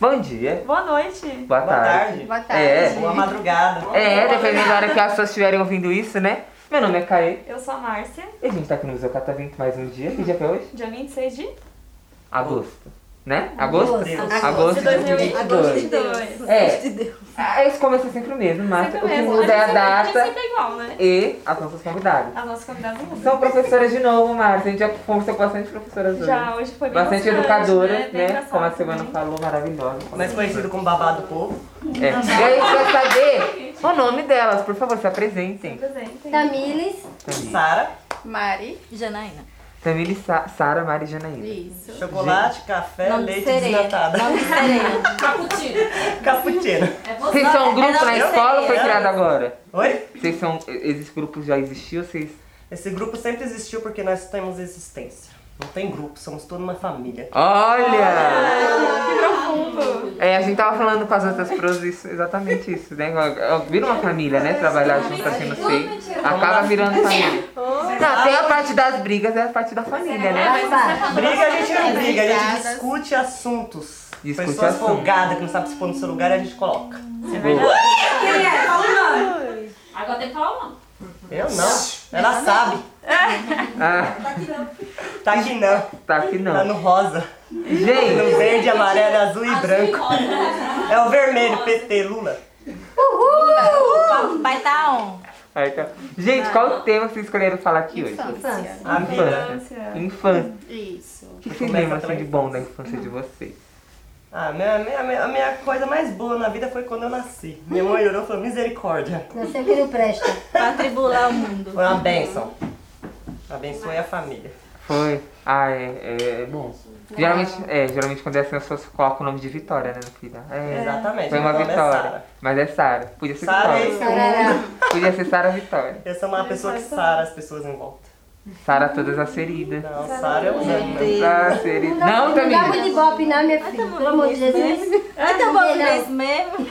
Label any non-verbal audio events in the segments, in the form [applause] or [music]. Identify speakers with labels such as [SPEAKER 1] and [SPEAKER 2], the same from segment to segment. [SPEAKER 1] Bom dia.
[SPEAKER 2] Boa noite.
[SPEAKER 1] Boa
[SPEAKER 3] Boa
[SPEAKER 1] tarde.
[SPEAKER 3] tarde.
[SPEAKER 4] Boa tarde.
[SPEAKER 1] É.
[SPEAKER 3] Boa madrugada.
[SPEAKER 1] É, dependendo da hora que as pessoas estiverem ouvindo isso, né? Meu nome é Caê.
[SPEAKER 2] Eu sou a Márcia,
[SPEAKER 1] E a gente tá aqui no Museu Catavento mais um dia. Que dia foi hoje?
[SPEAKER 2] dia 26 de
[SPEAKER 1] Agosto. Né? Agosto?
[SPEAKER 3] Agosto.
[SPEAKER 1] Agosto de
[SPEAKER 2] Agosto de
[SPEAKER 1] 2022.
[SPEAKER 2] 2022.
[SPEAKER 1] É.
[SPEAKER 4] de Deus.
[SPEAKER 1] Ah, Esse começo é sempre o mesmo, mas o
[SPEAKER 2] Sempre
[SPEAKER 1] que
[SPEAKER 2] mesmo.
[SPEAKER 1] muda é a
[SPEAKER 2] gente sempre-
[SPEAKER 1] data
[SPEAKER 2] gente sempre é igual, né?
[SPEAKER 1] e as nossas convidadas.
[SPEAKER 2] As nossas convidadas mudam.
[SPEAKER 1] São professoras de novo, Márcia. A gente já conversou com bastante professoras hoje.
[SPEAKER 2] Já hoje foi bem
[SPEAKER 1] Bastante
[SPEAKER 2] emocionante,
[SPEAKER 1] educadoras,
[SPEAKER 2] Bem
[SPEAKER 1] né?
[SPEAKER 2] engraçado
[SPEAKER 1] Como a Silvana
[SPEAKER 2] também.
[SPEAKER 1] falou, maravilhosa.
[SPEAKER 3] Mais conhecido como babado povo.
[SPEAKER 1] É. E a gente quer saber o nome delas, por favor, se apresentem.
[SPEAKER 2] Apresentem.
[SPEAKER 4] Tamiles,
[SPEAKER 3] Sara,
[SPEAKER 4] Mari,
[SPEAKER 5] Janaína.
[SPEAKER 1] Tamile, Sa- Sara, Mari e Janaína.
[SPEAKER 4] isso.
[SPEAKER 3] chocolate, café,
[SPEAKER 4] Nome
[SPEAKER 3] leite
[SPEAKER 4] sereno.
[SPEAKER 3] desnatado.
[SPEAKER 4] Nome sereno.
[SPEAKER 3] [laughs]
[SPEAKER 5] Caputino.
[SPEAKER 3] Cappuccino.
[SPEAKER 1] Vocês são um grupo na escola ou foi
[SPEAKER 3] sei.
[SPEAKER 1] criado agora?
[SPEAKER 3] Oi?
[SPEAKER 1] Vocês são. Esses grupos já existiam, vocês.
[SPEAKER 3] Esse grupo sempre existiu porque nós temos existência. Não tem grupo, somos toda uma família.
[SPEAKER 1] Olha!
[SPEAKER 2] Que profundo.
[SPEAKER 1] É, a gente tava falando com as outras pros isso, exatamente isso, né? Vira uma família, né? Trabalhar junto assim no seio. Acaba virando família. Não, tem a parte das brigas, é a parte da família, né?
[SPEAKER 3] Briga a gente não briga, a gente
[SPEAKER 4] Obrigada.
[SPEAKER 3] discute assuntos.
[SPEAKER 1] Discute
[SPEAKER 3] Pessoas
[SPEAKER 1] assuntos.
[SPEAKER 3] folgadas que não sabem se pôr no seu lugar, a gente coloca.
[SPEAKER 1] Boa.
[SPEAKER 5] Agora tem que falar o nome.
[SPEAKER 3] Eu não. Ela sabe.
[SPEAKER 1] Ah,
[SPEAKER 3] Tá aqui não.
[SPEAKER 1] tá aqui
[SPEAKER 3] Tá
[SPEAKER 1] não.
[SPEAKER 3] no rosa. No
[SPEAKER 1] Gente,
[SPEAKER 3] verde, amarelo, azul e branco. É o vermelho, PT, Lula.
[SPEAKER 5] Vai estar on.
[SPEAKER 1] aí tá. gente, qual o tema que vocês escolheram falar aqui hoje?
[SPEAKER 4] Infância.
[SPEAKER 3] A vida.
[SPEAKER 1] Infância. Infância.
[SPEAKER 4] Isso.
[SPEAKER 1] O que vocês lembram assim, de bom da infância de vocês?
[SPEAKER 3] Ah, minha, minha, minha- a minha coisa mais boa na vida foi quando eu nasci. Minha mãe olhou e falou, misericórdia.
[SPEAKER 6] Nasceu que não presta.
[SPEAKER 5] Pra tribular o mundo.
[SPEAKER 3] Foi uma bênção. Abençoe a família.
[SPEAKER 1] Foi. Ah, é, é, é bom. Geralmente, é, geralmente quando é assim, as pessoas colocam o nome de Vitória, né, no filho? É,
[SPEAKER 3] Exatamente.
[SPEAKER 1] foi uma
[SPEAKER 3] Meu nome é
[SPEAKER 1] vitória.
[SPEAKER 3] Sara.
[SPEAKER 1] Mas é Sara. Podia ser
[SPEAKER 3] Sara é
[SPEAKER 1] Vitória.
[SPEAKER 3] isso.
[SPEAKER 6] Sarará.
[SPEAKER 1] Podia ser Sara Vitória.
[SPEAKER 3] Eu sou uma pessoa que sara as pessoas em volta.
[SPEAKER 1] Sara todas as feridas.
[SPEAKER 3] Não, Sara é o
[SPEAKER 6] um
[SPEAKER 3] Zé.
[SPEAKER 1] Sara as feridas. Não,
[SPEAKER 6] Não dá muito
[SPEAKER 1] Tamires.
[SPEAKER 6] ibope não, minha
[SPEAKER 2] tá
[SPEAKER 6] filha. Pelo amor de Jesus. É,
[SPEAKER 5] Então
[SPEAKER 6] vamos
[SPEAKER 5] vamos
[SPEAKER 6] ver
[SPEAKER 5] ver isso mesmo.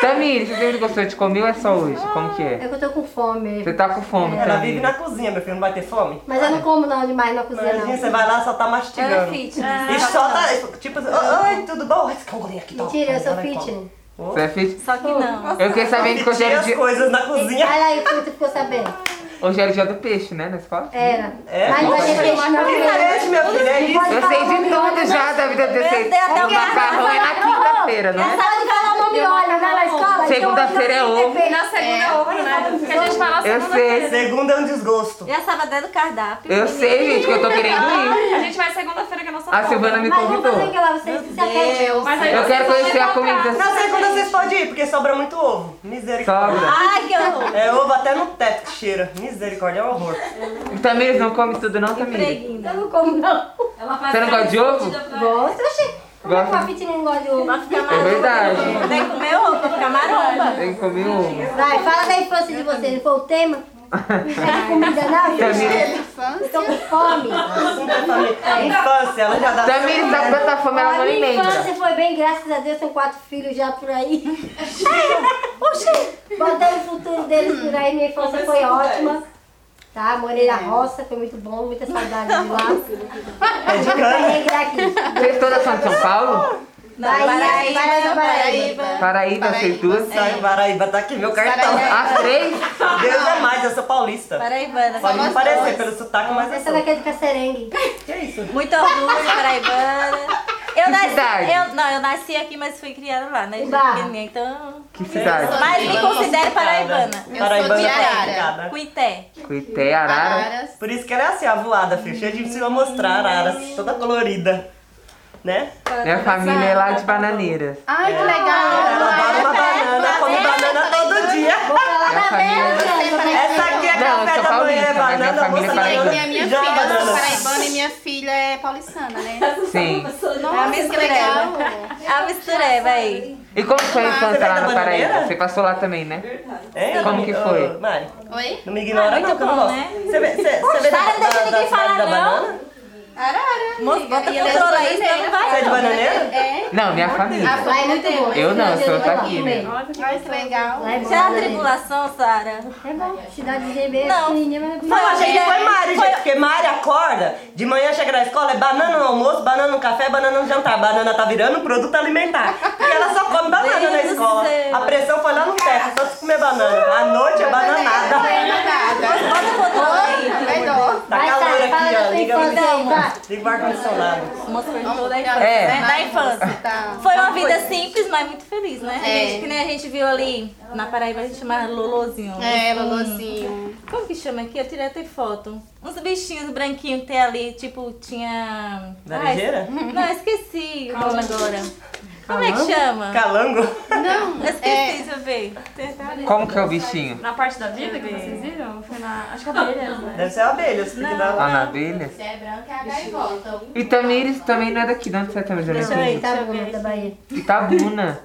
[SPEAKER 1] Tamires, você sempre gostou de comer ou é só hoje? Como que
[SPEAKER 6] É
[SPEAKER 1] é?
[SPEAKER 6] que eu tô com fome.
[SPEAKER 1] Você tá com fome,
[SPEAKER 3] Ela vive
[SPEAKER 1] Tamires.
[SPEAKER 3] na cozinha, meu filho. Não vai ter fome?
[SPEAKER 6] Mas eu não como não demais na cozinha,
[SPEAKER 3] Imagina,
[SPEAKER 6] não.
[SPEAKER 3] você vai lá só tá
[SPEAKER 5] Ela é
[SPEAKER 3] mastigando.
[SPEAKER 5] fitness.
[SPEAKER 3] E só tá, tipo assim, "Ô, oi, tudo bom? Esse cangolino aqui, tá?
[SPEAKER 6] Mentira, eu sou né?
[SPEAKER 3] Ela come.
[SPEAKER 6] fitness.
[SPEAKER 1] Você é fit?
[SPEAKER 5] Só que não.
[SPEAKER 1] Eu fiquei sabendo que hoje
[SPEAKER 3] Fitness
[SPEAKER 1] era o
[SPEAKER 3] as
[SPEAKER 1] dia,
[SPEAKER 3] coisas na cozinha.
[SPEAKER 6] Olha aí, tu tu ficou sabendo.
[SPEAKER 1] hoje era o dia do peixe, né, na escola?
[SPEAKER 6] Era.
[SPEAKER 3] É,
[SPEAKER 6] Mas não né? vai ter
[SPEAKER 3] nossa.
[SPEAKER 6] peixe na
[SPEAKER 3] Diferente,
[SPEAKER 6] cozinha.
[SPEAKER 3] minha filha, é isso.
[SPEAKER 1] Eu sei de tudo já da vida de vocês. O macarrão é na quinta-feira, não é?
[SPEAKER 6] Sabe falar nome olha na escola? então,
[SPEAKER 1] Segunda-feira é ovo.
[SPEAKER 2] Na segunda é ovo, né? Porque a gente fala
[SPEAKER 1] Eu
[SPEAKER 2] segunda-feira.
[SPEAKER 3] Segunda é um desgosto.
[SPEAKER 5] E a sábado é do cardápio.
[SPEAKER 1] Eu sei, gente, que eu tô querendo ir.
[SPEAKER 2] A gente vai segunda-feira que é a nossa
[SPEAKER 1] A Silvana me
[SPEAKER 6] Mas vamos fazer
[SPEAKER 1] convidou.
[SPEAKER 6] aquela, vocês se aquietam.
[SPEAKER 2] Mas aí
[SPEAKER 1] Eu
[SPEAKER 2] você
[SPEAKER 1] quero
[SPEAKER 2] vai
[SPEAKER 1] conhecer a
[SPEAKER 2] comprar.
[SPEAKER 1] comida.
[SPEAKER 3] Na segunda vocês podem ir, porque sobra muito ovo. Misericórdia.
[SPEAKER 1] Sobra.
[SPEAKER 5] Ai, que horror.
[SPEAKER 3] É ovo até no teto que cheira. Misericórdia, é um horror.
[SPEAKER 1] Tamires Tá não come tudo, não, Tamires?
[SPEAKER 5] Preguinha.
[SPEAKER 6] Eu não como não.
[SPEAKER 1] Você não gosta de ovo?
[SPEAKER 6] Gosto, oxi. Como é que uma fitness não gosta de ovo?
[SPEAKER 5] Vai ficar
[SPEAKER 1] É
[SPEAKER 5] maromba.
[SPEAKER 1] verdade.
[SPEAKER 5] Vai comer ovo, vai ficar maromba.
[SPEAKER 1] Tem que comer ovo.
[SPEAKER 6] Vai, fala da infância de vocês, não foi o tema? Não tem comida não?
[SPEAKER 1] Tamires,
[SPEAKER 6] Eu tô com fome.
[SPEAKER 3] Infância, ela já dá.
[SPEAKER 1] Tamires tá com tanta fome, ela
[SPEAKER 6] a
[SPEAKER 1] não
[SPEAKER 6] minha
[SPEAKER 1] nem lembra.
[SPEAKER 6] infância foi bem, graças a Deus, tenho quatro filhos já por aí. [laughs] Oxi! Botei o futuro deles por aí, minha infância foi ótima. Tá, morei
[SPEAKER 1] É.
[SPEAKER 6] na roça, foi muito bom, muita saudade de lá.
[SPEAKER 1] [laughs]
[SPEAKER 3] É de
[SPEAKER 6] Pra
[SPEAKER 3] cana.
[SPEAKER 6] regrar aqui.
[SPEAKER 1] Vocês todas são de São Paulo?
[SPEAKER 5] Não, Paraíba,
[SPEAKER 6] Paraíba, Paraíba.
[SPEAKER 1] Paraíba, vocês duas?
[SPEAKER 3] Sai, Paraíba, tá aqui meu cartão.
[SPEAKER 1] As três?
[SPEAKER 3] Deus é mais, eu sou paulista.
[SPEAKER 5] Paraibana.
[SPEAKER 3] Pode me parecer pelo sotaque, mas eu
[SPEAKER 6] Essa
[SPEAKER 3] sou.
[SPEAKER 6] daqui é de Cacerengue.
[SPEAKER 3] Que isso?
[SPEAKER 5] Muito orgulho, paraibana. Eu
[SPEAKER 1] Que
[SPEAKER 5] nasci,
[SPEAKER 1] cidade?
[SPEAKER 5] eu, não, eu nasci aqui, mas fui criada lá, né? Desde
[SPEAKER 6] Barra.
[SPEAKER 5] pequenininha, então...
[SPEAKER 1] Que cidade?
[SPEAKER 5] Mas me considero paraibana.
[SPEAKER 3] Paraibana
[SPEAKER 7] de
[SPEAKER 3] tá
[SPEAKER 7] Arara.
[SPEAKER 3] complicada.
[SPEAKER 5] Cuité.
[SPEAKER 1] Cuité, Arara.
[SPEAKER 7] Araras.
[SPEAKER 3] Por isso que ela é assim, avoada, filho. Cheia de se mostrar, Araras, toda colorida. Né?
[SPEAKER 1] Minha família é lá de Bananeiras.
[SPEAKER 7] Ai, que legal.
[SPEAKER 3] Ela adora uma banana, come banana todo dia.
[SPEAKER 6] Tá
[SPEAKER 1] Minha família...
[SPEAKER 3] Essa aqui é
[SPEAKER 1] Não, eu
[SPEAKER 3] café
[SPEAKER 1] sou
[SPEAKER 3] da manhã,
[SPEAKER 1] paulista,
[SPEAKER 3] é
[SPEAKER 1] mas minha
[SPEAKER 3] banana,
[SPEAKER 1] família
[SPEAKER 3] moça
[SPEAKER 1] é
[SPEAKER 7] Tem
[SPEAKER 1] paraibana.
[SPEAKER 3] Já
[SPEAKER 7] a minha filha, eu sou
[SPEAKER 3] banana.
[SPEAKER 7] paraibana e minha filha é paulistana, né?
[SPEAKER 1] assim. Sim.
[SPEAKER 7] Nossa, que legal.
[SPEAKER 5] A é, mistureba aí.
[SPEAKER 1] E como foi a infância lá na Paraíba? Você passou lá também, né?
[SPEAKER 3] Hein?
[SPEAKER 1] Como que foi?
[SPEAKER 3] Ô, Mari,
[SPEAKER 7] Oi?
[SPEAKER 3] não me ignora
[SPEAKER 5] Ah, muito
[SPEAKER 3] não, que eu não
[SPEAKER 5] bom,
[SPEAKER 3] gosto.
[SPEAKER 5] né?
[SPEAKER 3] Você vê, você, você vê da,
[SPEAKER 5] Sara, não deixa
[SPEAKER 3] da, da
[SPEAKER 5] ninguém
[SPEAKER 3] cidade
[SPEAKER 5] falar,
[SPEAKER 3] da
[SPEAKER 5] não.
[SPEAKER 3] banana?
[SPEAKER 7] Arara.
[SPEAKER 5] Moço,
[SPEAKER 7] amiga.
[SPEAKER 5] bota
[SPEAKER 7] E
[SPEAKER 5] pro
[SPEAKER 7] ela é de
[SPEAKER 5] trono aí, senão não
[SPEAKER 7] bananeira.
[SPEAKER 5] vai,
[SPEAKER 3] Você é de bananeira?
[SPEAKER 7] É.
[SPEAKER 1] Não, minha família.
[SPEAKER 7] Ah,
[SPEAKER 6] Lá é muito bom.
[SPEAKER 1] Eu não,
[SPEAKER 6] Deus
[SPEAKER 1] sou
[SPEAKER 6] vai lá
[SPEAKER 1] daqui,
[SPEAKER 6] comer.
[SPEAKER 1] né?
[SPEAKER 2] Olha que
[SPEAKER 7] Ai, que legal.
[SPEAKER 6] Lá é bom,
[SPEAKER 5] Já a
[SPEAKER 6] né?
[SPEAKER 5] tribulação, Sara.
[SPEAKER 6] É bom. Cidadezinha bem
[SPEAKER 5] Não.
[SPEAKER 6] pequenininha, mas é
[SPEAKER 5] Não,
[SPEAKER 6] bonita.
[SPEAKER 5] a
[SPEAKER 3] Gente, foi Mari,
[SPEAKER 5] Foi-
[SPEAKER 3] gente, porque Mari acorda, de manhã chega na escola, é banana no almoço, banana no café, banana no jantar. Banana tá virando um produto alimentar. Porque ela só come banana
[SPEAKER 5] Deus
[SPEAKER 3] na
[SPEAKER 5] do
[SPEAKER 3] escola.
[SPEAKER 5] céu.
[SPEAKER 3] A pressão foi lá no teto, só se comer banana. À noite é bananada.
[SPEAKER 7] Nada.
[SPEAKER 5] Bota pro trono aí.
[SPEAKER 7] Melhor.
[SPEAKER 3] Tá
[SPEAKER 6] Vai,
[SPEAKER 3] calor
[SPEAKER 6] Sara, fala
[SPEAKER 3] aqui,
[SPEAKER 6] da
[SPEAKER 3] ó.
[SPEAKER 6] sua
[SPEAKER 3] Liga o
[SPEAKER 6] infância aí, vai.
[SPEAKER 3] liga o ar-condicionado.
[SPEAKER 5] O moço perguntou da infância,
[SPEAKER 1] É.
[SPEAKER 5] né? Da infância.
[SPEAKER 7] Tá.
[SPEAKER 5] Foi uma vida simples, mas muito feliz, né? A
[SPEAKER 7] É.
[SPEAKER 5] gente, que nem a gente viu ali na Paraíba, a gente chama Lolozinho.
[SPEAKER 7] É,
[SPEAKER 5] Hum.
[SPEAKER 7] Lolozinho.
[SPEAKER 5] Como que chama aqui? Eu tirei até foto. Uns bichinhos branquinhos que tem ali, tipo, tinha. Ai,
[SPEAKER 3] Laranjeira?
[SPEAKER 5] Não, eu esqueci o nome agora. Como é que chama?
[SPEAKER 3] Calango.
[SPEAKER 7] Não,
[SPEAKER 5] Eu esqueci, deixa eu ver.
[SPEAKER 1] Como que é o bichinho?
[SPEAKER 2] Na parte da vida que vocês viram? Foi na. Acho que abelhas, né?
[SPEAKER 3] Deve ser abelhas, porque dá...
[SPEAKER 1] Ah, na abelha?
[SPEAKER 4] é branca, é a gaivota.
[SPEAKER 1] E Tamires também não é daqui, de onde você é Tamires? Eu não
[SPEAKER 6] Tá
[SPEAKER 1] entendi.
[SPEAKER 6] bom, da Bahia.
[SPEAKER 1] Itabuna.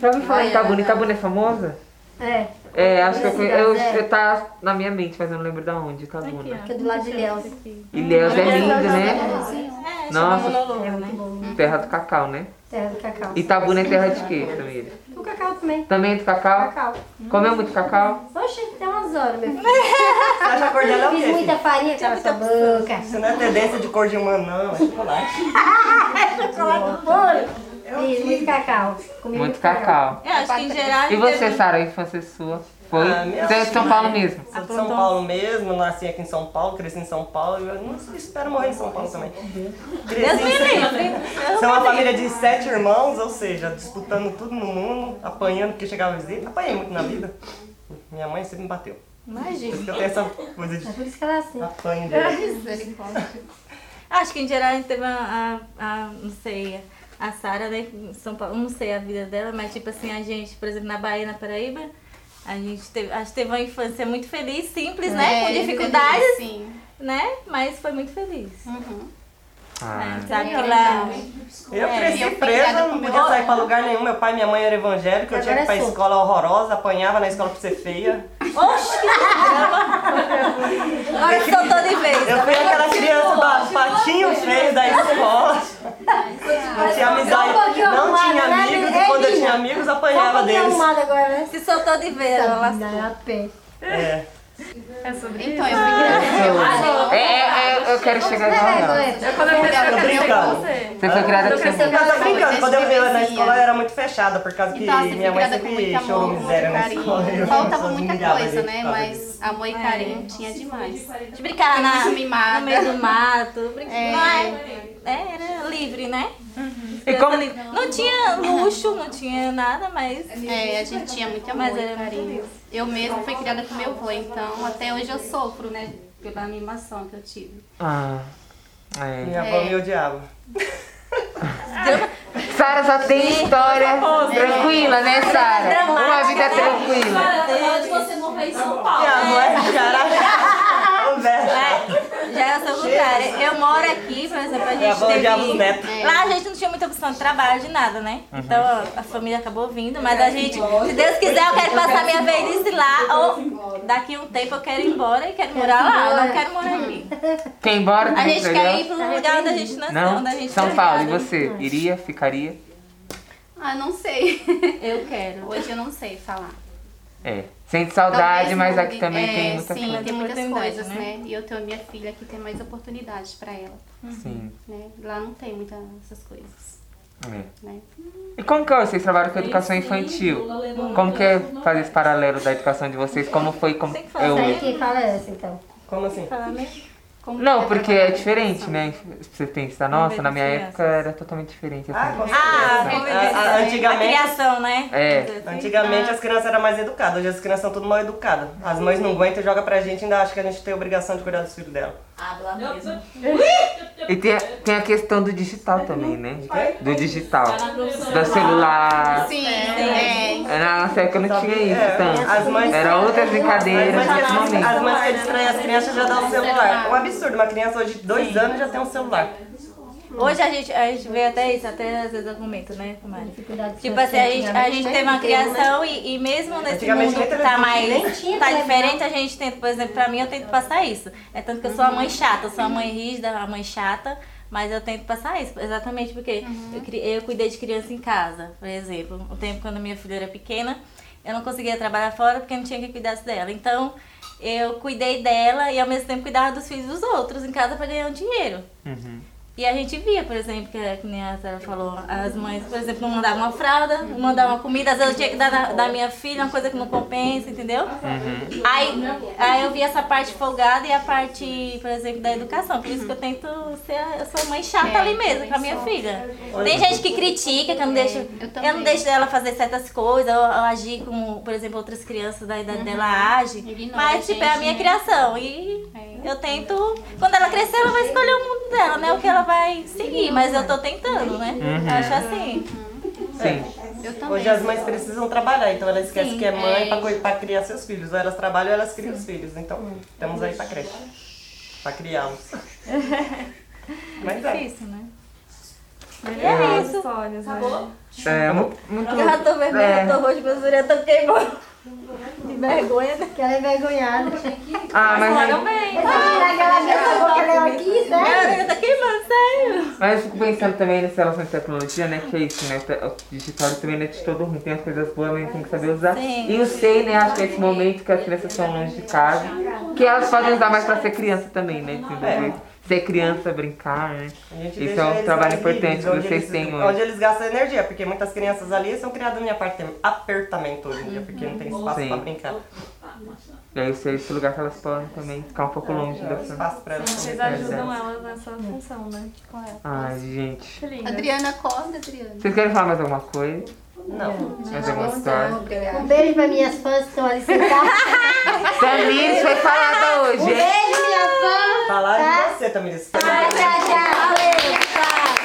[SPEAKER 1] Já ouvi falar em Itabuna. Itabuna é famosa?
[SPEAKER 6] É,
[SPEAKER 1] É, acho que eu, conhe- eu,
[SPEAKER 6] É.
[SPEAKER 1] eu tá na minha mente, mas eu não lembro da onde, Itabuna.
[SPEAKER 6] que é do lado de Léo. É
[SPEAKER 1] Ilhéus é lindo, né?
[SPEAKER 5] É,
[SPEAKER 1] Nossa.
[SPEAKER 5] chama Lolo, né?
[SPEAKER 6] muito bom. né?
[SPEAKER 1] Terra do cacau, né?
[SPEAKER 6] Terra do Cacau.
[SPEAKER 1] Itabuna é terra de quê, Tamires?
[SPEAKER 6] O Cacau também.
[SPEAKER 1] Também é do cacau?
[SPEAKER 6] Cacau.
[SPEAKER 1] Comeu muito cacau?
[SPEAKER 6] Oxe, até umas horas, meu filho.
[SPEAKER 3] Você acha a cor dela é o quê?
[SPEAKER 6] Fiz
[SPEAKER 3] filho?
[SPEAKER 6] muita farinha, cara, sua banca.
[SPEAKER 3] Isso não é tendência de cor de humano, não. É chocolate.
[SPEAKER 6] Fiz muito cacau. Comi
[SPEAKER 1] Muito cacau.
[SPEAKER 5] Eu acho que em geral.
[SPEAKER 1] E você,
[SPEAKER 5] teve-
[SPEAKER 1] Sara, a infância é sua? Foi?
[SPEAKER 3] Ah, minha
[SPEAKER 1] Você é de São Paulo mesmo?
[SPEAKER 3] Sou de São Paulo mesmo, nasci aqui em São Paulo, cresci em São Paulo. e Eu não sei, espero morrer em São Paulo também.
[SPEAKER 5] Deus
[SPEAKER 3] Cresci
[SPEAKER 5] me
[SPEAKER 3] em São Paulo.
[SPEAKER 5] livre.
[SPEAKER 3] São uma família de sete irmãos, ou seja, disputando tudo no mundo, apanhando porque chegava visita. Apanhei muito na vida. Minha mãe sempre me bateu.
[SPEAKER 5] Imagina.
[SPEAKER 3] Por isso que eu tenho essa coisa de
[SPEAKER 6] Por isso que ela é assim.
[SPEAKER 3] apanho dele.
[SPEAKER 5] Acho que em geral a gente teve a, a, a- não sei, a Sara, né, em São Paulo, não sei a vida dela, mas tipo assim, a gente, por exemplo, na Bahia, na Paraíba, a gente teve, acho que teve uma infância muito feliz, simples,
[SPEAKER 7] É,
[SPEAKER 5] né? Com dificuldades,
[SPEAKER 7] Sim.
[SPEAKER 5] né? Mas foi muito feliz.
[SPEAKER 7] Uhum.
[SPEAKER 1] Ah,
[SPEAKER 5] É, sabe que lá.
[SPEAKER 3] Eu
[SPEAKER 5] É,
[SPEAKER 7] eu
[SPEAKER 3] cresci
[SPEAKER 7] fui criada
[SPEAKER 3] presa,
[SPEAKER 7] com
[SPEAKER 3] não
[SPEAKER 7] meu
[SPEAKER 3] podia sair
[SPEAKER 7] avô.
[SPEAKER 3] pra lugar nenhum. Meu pai e minha mãe eram evangélicos, eu tinha que ir pra
[SPEAKER 6] Agora é sua.
[SPEAKER 3] escola horrorosa, apanhava na escola por ser feia.
[SPEAKER 5] Oxe, que drama! Agora que soltou de vez.
[SPEAKER 3] Eu fui aquela criança ba- patinho feio da escola. Não tinha amizade,
[SPEAKER 6] Só um pouquinho
[SPEAKER 3] não tinha
[SPEAKER 6] arrumada, né,
[SPEAKER 3] amigos
[SPEAKER 6] Bia?
[SPEAKER 3] e quando eu tinha
[SPEAKER 6] Bia?
[SPEAKER 3] amigos
[SPEAKER 6] Só
[SPEAKER 3] apanhava
[SPEAKER 6] porque é
[SPEAKER 3] deles.
[SPEAKER 6] arrumada agora, né?
[SPEAKER 5] Se soltou de vez,
[SPEAKER 6] Tá.
[SPEAKER 5] ela lá.
[SPEAKER 6] Dá pé.
[SPEAKER 3] É.
[SPEAKER 2] É sobre isso.
[SPEAKER 7] Então, eu fui criada.
[SPEAKER 1] Ah, eu- é, é, é, eu quero chegar lá. lá.
[SPEAKER 6] Vergonha.
[SPEAKER 2] Eu, quando eu cresci, eu
[SPEAKER 3] Obrigado.
[SPEAKER 2] quero ser igual você.
[SPEAKER 1] Você foi criada
[SPEAKER 2] Eu
[SPEAKER 1] aqui
[SPEAKER 2] cresci, eu
[SPEAKER 1] também.
[SPEAKER 3] Eu tô
[SPEAKER 2] quero ser
[SPEAKER 3] brincando, quando eu ia na
[SPEAKER 7] desprevezinha.
[SPEAKER 3] escola eu era muito fechada, por causa que
[SPEAKER 7] Então, assim,
[SPEAKER 3] minha mãe
[SPEAKER 7] criada com muito
[SPEAKER 3] sempre
[SPEAKER 7] amor,
[SPEAKER 3] chorou
[SPEAKER 7] muito
[SPEAKER 3] miséria na
[SPEAKER 7] carinho.
[SPEAKER 3] escola. Eu
[SPEAKER 7] Faltava
[SPEAKER 3] só
[SPEAKER 7] muita
[SPEAKER 3] humilhava
[SPEAKER 7] coisa,
[SPEAKER 3] gente
[SPEAKER 7] né?
[SPEAKER 3] por causa disso.
[SPEAKER 7] Mas amor
[SPEAKER 1] É,
[SPEAKER 7] e carinho tinha demais.
[SPEAKER 5] De brincar na,
[SPEAKER 7] Muito mimada.
[SPEAKER 5] no meio do mato, brincar.
[SPEAKER 7] É.
[SPEAKER 5] Não é- é, era livre, né?
[SPEAKER 1] E como-
[SPEAKER 5] Livre. Não tinha luxo, não tinha nada, mas.
[SPEAKER 7] É,
[SPEAKER 1] [laughs]
[SPEAKER 7] a gente tinha muito amor
[SPEAKER 1] é,
[SPEAKER 5] Mas
[SPEAKER 7] e
[SPEAKER 5] era muito
[SPEAKER 7] carinho. Eu mesma fui criada com meu avô, então até hoje eu sofro, né? Pela animação que eu tive.
[SPEAKER 1] Ah, é.
[SPEAKER 3] Minha
[SPEAKER 7] é.
[SPEAKER 3] avó me odiava.
[SPEAKER 1] Sara só tem história tranquila, né, Sara? Uma vida tranquila.
[SPEAKER 4] Onde você morreu em São Paulo?
[SPEAKER 3] Minha avó é
[SPEAKER 7] É.
[SPEAKER 3] cara. [laughs] Ô, velho.
[SPEAKER 5] Já é o seu contrário. Eu moro aqui, por
[SPEAKER 1] É
[SPEAKER 5] exemplo, a
[SPEAKER 3] Minha
[SPEAKER 5] gente
[SPEAKER 3] avó odiava os
[SPEAKER 1] né?
[SPEAKER 5] teve...
[SPEAKER 3] netos.
[SPEAKER 5] Lá a gente não tinha muita opção de trabalho, de nada, né?
[SPEAKER 1] Uhum.
[SPEAKER 5] Então a- a família acabou vindo, mas a gente, se Deus quiser, eu quero passar minha velhice lá. Ou daqui a um tempo eu quero ir embora e quero morar lá. Eu não quero morar [laughs] aqui.
[SPEAKER 1] Quem embora
[SPEAKER 5] A
[SPEAKER 1] também
[SPEAKER 5] gente quer ir
[SPEAKER 1] melhor?
[SPEAKER 5] para um lugar onde a gente nasceu, onde a
[SPEAKER 1] Não?
[SPEAKER 5] gente é.
[SPEAKER 1] São
[SPEAKER 5] foi
[SPEAKER 1] Paulo, e
[SPEAKER 5] criada.
[SPEAKER 1] você? Iria? Ficaria?
[SPEAKER 7] Ah, não sei. [laughs]
[SPEAKER 5] Eu quero.
[SPEAKER 7] Hoje eu não sei falar.
[SPEAKER 1] É. Sente saudade,
[SPEAKER 7] Talvez
[SPEAKER 1] mas
[SPEAKER 7] mude.
[SPEAKER 1] aqui também
[SPEAKER 7] É,
[SPEAKER 1] tem muita
[SPEAKER 7] Sim,
[SPEAKER 1] coisa.
[SPEAKER 7] tem muitas
[SPEAKER 5] Oportunidade,
[SPEAKER 7] coisas,
[SPEAKER 5] né?
[SPEAKER 7] né? E eu tenho minha filha que tem mais oportunidades pra ela,
[SPEAKER 1] Sim.
[SPEAKER 7] né? Lá não tem muitas essas coisas,
[SPEAKER 1] É.
[SPEAKER 7] né?
[SPEAKER 1] E como que é? Vocês trabalham com educação infantil. Como que é fazer esse paralelo da educação de vocês? Como foi? Como
[SPEAKER 5] Tem que
[SPEAKER 1] é
[SPEAKER 5] fazer.
[SPEAKER 6] Sabe
[SPEAKER 1] hoje?
[SPEAKER 6] quem fala essa, então?
[SPEAKER 3] Como assim?
[SPEAKER 5] né?
[SPEAKER 7] Como
[SPEAKER 1] Não,
[SPEAKER 7] que
[SPEAKER 1] porque
[SPEAKER 7] trabalhar
[SPEAKER 1] é
[SPEAKER 7] com
[SPEAKER 1] diferente,
[SPEAKER 7] educação.
[SPEAKER 1] né? Você pensa, nossa, na minha
[SPEAKER 5] crianças.
[SPEAKER 1] época era totalmente diferente.
[SPEAKER 3] Ah,
[SPEAKER 1] Assim.
[SPEAKER 3] com
[SPEAKER 5] Ah,
[SPEAKER 3] certeza.
[SPEAKER 5] convivência,
[SPEAKER 3] A- a-
[SPEAKER 5] né? A
[SPEAKER 3] Antigamente
[SPEAKER 5] criação, né?
[SPEAKER 1] É.
[SPEAKER 3] Antigamente as crianças eram mais educadas, hoje as crianças são tudo mal educadas. As mães não aguentam e jogam pra gente, ainda acha que a gente tem a obrigação de cuidar dos filhos dela.
[SPEAKER 4] Habla mesmo.
[SPEAKER 1] E tem a, tem a questão do digital também, né? Do digital. Do celular.
[SPEAKER 7] Sim, é.
[SPEAKER 1] É, Na nossa época não tinha
[SPEAKER 5] É,
[SPEAKER 1] isso
[SPEAKER 3] as mães-
[SPEAKER 1] tanto. Era outras brincadeiras,
[SPEAKER 3] Mas
[SPEAKER 1] outros
[SPEAKER 3] as mães- as
[SPEAKER 1] momentos.
[SPEAKER 3] mães que distraem as crianças já dão o celular. É um absurdo, uma criança hoje de dois anos já tem um celular.
[SPEAKER 5] Hoje a gente, a gente vê até isso, até às vezes eu comento, né, comadre?
[SPEAKER 6] Dificuldade
[SPEAKER 5] Tipo assim, a gente, a
[SPEAKER 6] financeira,
[SPEAKER 5] gente
[SPEAKER 6] né?
[SPEAKER 5] teve uma
[SPEAKER 6] Emprego, né?
[SPEAKER 5] criação e, e mesmo nesse
[SPEAKER 3] Antigamente
[SPEAKER 5] mundo
[SPEAKER 3] nem
[SPEAKER 5] que tá
[SPEAKER 3] televisão,
[SPEAKER 5] mais.
[SPEAKER 6] nem tinha
[SPEAKER 5] tá
[SPEAKER 6] televisão.
[SPEAKER 5] diferente, a gente tenta, por exemplo, pra mim eu tento passar isso. É tanto que eu sou a mãe chata, eu sou a mãe rígida, a mãe chata, mas eu tento passar isso, exatamente porque eu, cri- eu cuidei de criança em casa, por exemplo. O tempo quando minha filha era pequena, eu não conseguia trabalhar fora porque não tinha quem cuidasse dela. Então, eu cuidei dela e ao mesmo tempo cuidava dos filhos dos outros em casa pra ganhar um dinheiro.
[SPEAKER 1] Uhum.
[SPEAKER 5] E a gente via, por exemplo, que, é- que nem a Sara falou, as mães, por exemplo, não mandavam uma fralda, não mandavam uma comida, às vezes eu tinha que dar da, da minha filha uma coisa que não compensa, entendeu? Aí, aí eu vi essa parte folgada e a parte, por exemplo, da educação. Por isso que eu tento ser, a- eu sou mãe chata ali mesmo com a minha filha. Tem gente que critica, que eu não deixo,
[SPEAKER 7] eu
[SPEAKER 5] eu, não
[SPEAKER 7] também.
[SPEAKER 5] deixo ela fazer certas coisas, ou, ou agir como, por exemplo, outras crianças da idade dela agem.
[SPEAKER 7] Uhum. Ignora a
[SPEAKER 5] Mas, tipo, é a
[SPEAKER 7] gente,
[SPEAKER 5] minha
[SPEAKER 7] né? É.
[SPEAKER 5] criação. E eu tento. Quando ela crescer, ela vai escolher o mundo dela, né? O que ela vai seguir. Mas eu tô tentando, né? Eu acho assim.
[SPEAKER 7] Uhum.
[SPEAKER 5] [laughs]
[SPEAKER 1] Sim.
[SPEAKER 7] Eu também.
[SPEAKER 3] É. Hoje as mães precisam trabalhar, então elas esquecem
[SPEAKER 5] Sim,
[SPEAKER 3] que é mãe
[SPEAKER 7] é
[SPEAKER 3] pra, coi- pra criar seus filhos. Ou elas trabalham ou elas criam os filhos. Então, estamos aí pra creche. Pra criá-los. Mas é.
[SPEAKER 5] Difícil, né?
[SPEAKER 2] Melhorar os sonhos, né?
[SPEAKER 4] Acabou?
[SPEAKER 1] Uhum. É mu- muito.
[SPEAKER 5] é Eu já tô vermelha,
[SPEAKER 1] É.
[SPEAKER 5] eu tô roxa, meus orelhas tão queimando. De vergonha. né?
[SPEAKER 6] Que ela é envergonhada.
[SPEAKER 1] Ah, mas,
[SPEAKER 2] Foram bem.
[SPEAKER 6] Essa menina, aquela mesma boca, ela é aqui,
[SPEAKER 5] Minha
[SPEAKER 6] né?
[SPEAKER 5] orelha tá queimando, sério.
[SPEAKER 1] mas eu fico pensando também nessa relação de tecnologia, né? Que é isso, né? O digital também não é de todo ruim. Tem as coisas boas, mas tem que saber usar.
[SPEAKER 5] Sim.
[SPEAKER 1] E eu sei, né? Acho que é esse momento que as crianças estão longe de casa. Que elas podem usar mais pra ser criança também, né?
[SPEAKER 5] É.
[SPEAKER 1] desenvolver, Ser criança, brincar, né?
[SPEAKER 3] A gente
[SPEAKER 1] Isso
[SPEAKER 3] deixa
[SPEAKER 1] é um
[SPEAKER 3] eles
[SPEAKER 1] trabalho
[SPEAKER 3] mais
[SPEAKER 1] importante
[SPEAKER 3] livres,
[SPEAKER 1] que
[SPEAKER 3] onde
[SPEAKER 1] vocês
[SPEAKER 3] eles-
[SPEAKER 1] têm hoje.
[SPEAKER 3] Onde eles gastam energia, porque muitas crianças ali são criadas em aparte- apartamento hoje em dia, porque não tem espaço
[SPEAKER 1] Sim.
[SPEAKER 3] pra brincar.
[SPEAKER 1] E aí, esse é esse lugar que elas podem também ficar um pouco longe da família.
[SPEAKER 3] Espaço pra elas.
[SPEAKER 2] Vocês
[SPEAKER 3] brincarem.
[SPEAKER 2] ajudam
[SPEAKER 1] É,
[SPEAKER 2] elas nessa função, né?
[SPEAKER 1] Ai, gente.
[SPEAKER 2] Que lindo.
[SPEAKER 7] Adriana acorda, Adriana.
[SPEAKER 1] Vocês querem falar mais alguma coisa?
[SPEAKER 3] Não.
[SPEAKER 1] Mais alguma história?
[SPEAKER 3] [laughs]
[SPEAKER 6] Um beijo pra minhas fãs que estão ali sentadas.
[SPEAKER 1] Tamires foi falada hoje,
[SPEAKER 6] Um
[SPEAKER 1] hein?
[SPEAKER 6] beijo, minha fã.
[SPEAKER 3] Falar
[SPEAKER 6] Tá.
[SPEAKER 3] de você, Tamiris.
[SPEAKER 6] Tchau, tchau, tchau.